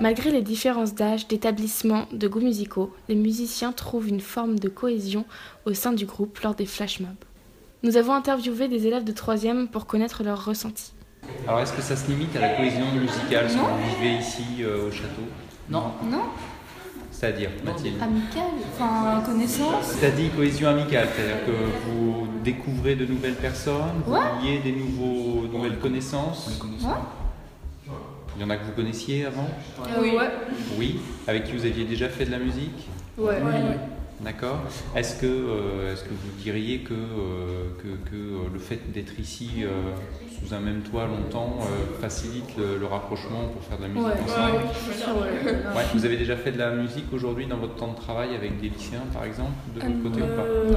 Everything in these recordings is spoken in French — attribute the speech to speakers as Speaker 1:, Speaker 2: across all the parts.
Speaker 1: Malgré les différences d'âge, d'établissement, de goûts musicaux, les musiciens trouvent une forme de cohésion au sein du groupe lors des flash mobs. Nous avons interviewé des élèves de 3e pour connaître leurs ressentis.
Speaker 2: Alors est-ce que ça se limite à la cohésion musicale, ce que
Speaker 3: Non.
Speaker 2: vous vivez ici euh, au château Non.
Speaker 3: Non,
Speaker 2: C'est-à-dire, Mathilde
Speaker 3: amical, enfin connaissance.
Speaker 2: T'as dit cohésion amicale, c'est-à-dire que vous découvrez de nouvelles personnes,
Speaker 3: Ouais.
Speaker 2: vous liez des nouveaux, nouvelles connaissances.
Speaker 3: Ouais.
Speaker 2: Il y en a que vous connaissiez avant
Speaker 3: oui.
Speaker 2: Oui. Avec qui vous aviez déjà fait de la musique
Speaker 3: Ouais.
Speaker 2: D'accord. Est-ce que, euh, est-ce que vous diriez que, euh, que, que, euh, le fait d'être ici euh, sous un même toit longtemps euh, facilite le, le rapprochement pour faire de la musique ensemble Ouais, Vous avez déjà fait de la musique aujourd'hui dans votre temps de travail avec des lycéens par exemple, de votre
Speaker 3: Euh,
Speaker 2: côté ou pas
Speaker 4: Euh,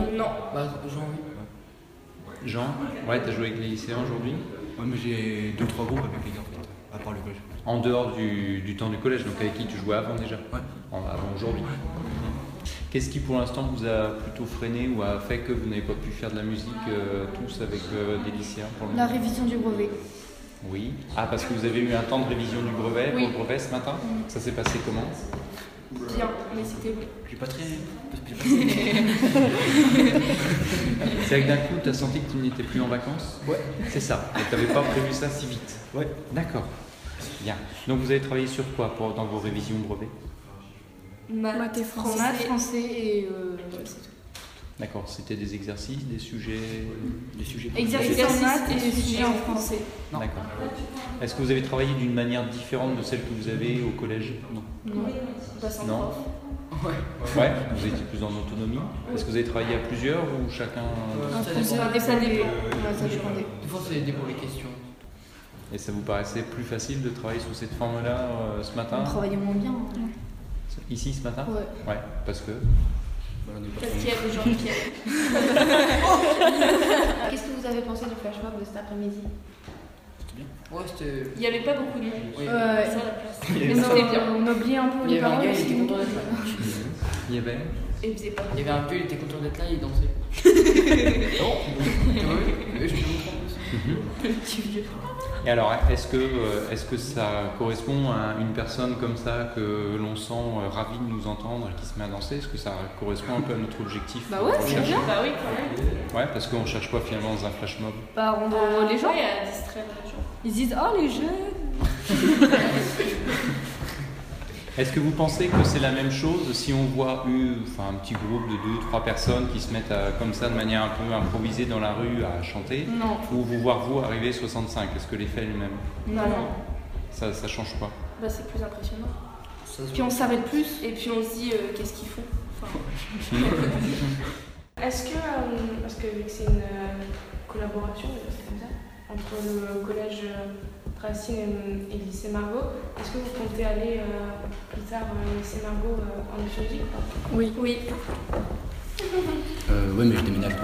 Speaker 5: Bah, j'ai envie.
Speaker 2: Jean, ouais, t'as joué avec les lycéens aujourd'hui
Speaker 5: Ouais, mais j'ai deux trois groupes avec les gars en fait, à part le collège.
Speaker 2: En dehors du, du temps du collège, donc avec qui tu jouais avant déjà
Speaker 5: Ouais.
Speaker 2: En- Avant aujourd'hui. Mmh. Qu'est-ce qui pour l'instant vous a plutôt freiné ou a fait que vous n'avez pas pu faire de la musique euh, tous avec euh, des lycéens pour le
Speaker 3: La
Speaker 2: moment
Speaker 3: révision du brevet.
Speaker 2: Oui. Ah, parce que vous avez eu un temps de révision du brevet
Speaker 3: Oui.
Speaker 2: pour le brevet ce matin Ça s'est passé comment
Speaker 3: Bien, mais c'était
Speaker 5: J'ai pas très.
Speaker 2: C'est que d'un coup, tu as senti que tu n'étais plus en vacances
Speaker 5: Ouais.
Speaker 2: C'est ça. Et tu n'avais pas prévu ça si vite
Speaker 5: Ouais.
Speaker 2: D'accord. Bien. Donc vous avez travaillé sur quoi pour, dans vos révisions brevet
Speaker 3: maths et français. Maths, français et euh,
Speaker 2: D'accord. C'était des exercices, des sujets
Speaker 5: Des sujets.
Speaker 3: exercice en maths et sujet en français.
Speaker 5: Non.
Speaker 2: D'accord. Est-ce que vous avez travaillé d'une manière différente de celle que vous avez au collège Non.
Speaker 3: Non, pas sans
Speaker 2: Non.
Speaker 3: prof.
Speaker 2: Ouais. Vous étiez plus en autonomie. Est-ce que vous avez travaillé à plusieurs ou chacun
Speaker 5: Euh,
Speaker 3: Un français, Ah, ça dépend. Ouais, ça dépendait.
Speaker 6: Des fois, c'est des pour les questions.
Speaker 2: Et ça vous paraissait plus facile de travailler sous cette forme-là euh, ce matin
Speaker 3: On travaillait moins bien. hein.
Speaker 2: Ici ce matin
Speaker 3: Ouais.
Speaker 2: Ouais. Parce que
Speaker 4: Parce qu'il y a des gens qui Qu'est-ce que vous avez pensé du flash mob de cet après-midi
Speaker 6: Ouais, c'était.
Speaker 4: Il n'y avait pas beaucoup de monde. C'est
Speaker 6: Oui.
Speaker 3: Ouais.
Speaker 4: ça, la place.
Speaker 3: Mais
Speaker 4: Mais
Speaker 3: non,
Speaker 4: c'était bien.
Speaker 3: Euh, on oubliait un peu
Speaker 6: Il y
Speaker 3: les
Speaker 6: avait un
Speaker 3: parents.
Speaker 6: gars,
Speaker 3: parce
Speaker 6: il était
Speaker 3: que-
Speaker 6: content d'être là.
Speaker 2: il y avait.
Speaker 4: Et il faisait pas.
Speaker 6: Il y avait un peu, il était content d'être là, il dansait. non Oui, oui, je te montre en plus.
Speaker 2: Et alors, est-ce que, euh, est-ce que ça correspond à une personne comme ça que l'on sent euh, ravie de nous entendre et qui se met à danser Est-ce que ça correspond un peu à notre objectif
Speaker 3: Bah ouais, c'est
Speaker 2: recherché
Speaker 3: bien.
Speaker 4: Bah oui, quand même.
Speaker 2: Ouais, parce qu'on cherche pas finalement dans un flash mob.
Speaker 3: Bah, rendre les gens.
Speaker 4: Euh, Ouais, à distraire les gens.
Speaker 3: Ils se disent Oh, les jeunes
Speaker 2: Est-ce que vous pensez que c'est la même chose si on voit eu- enfin, un petit groupe de deux, trois personnes qui se mettent à- comme ça de manière un peu improvisée dans la rue à chanter
Speaker 3: Non.
Speaker 2: Ou vous voir vous arriver 65 Est-ce que l'effet est le même
Speaker 3: Non, non.
Speaker 2: ça, ça change pas
Speaker 4: Bah c'est plus impressionnant.
Speaker 6: Ça se
Speaker 3: Puis on s'arrête plus.
Speaker 4: Et puis on se dit euh, qu'est-ce qu'ils font. Enfin,
Speaker 7: Est-ce que, euh, parce que vu que c'est une euh, collaboration, on va dire ça comme ça, entre le collège euh, Racine et, et le lycée Margot, est-ce que vous comptez aller euh, plus tard euh, au lycée Margot euh, en échange
Speaker 3: Oui.
Speaker 4: oui.
Speaker 5: Euh, ouais, mais je déménage.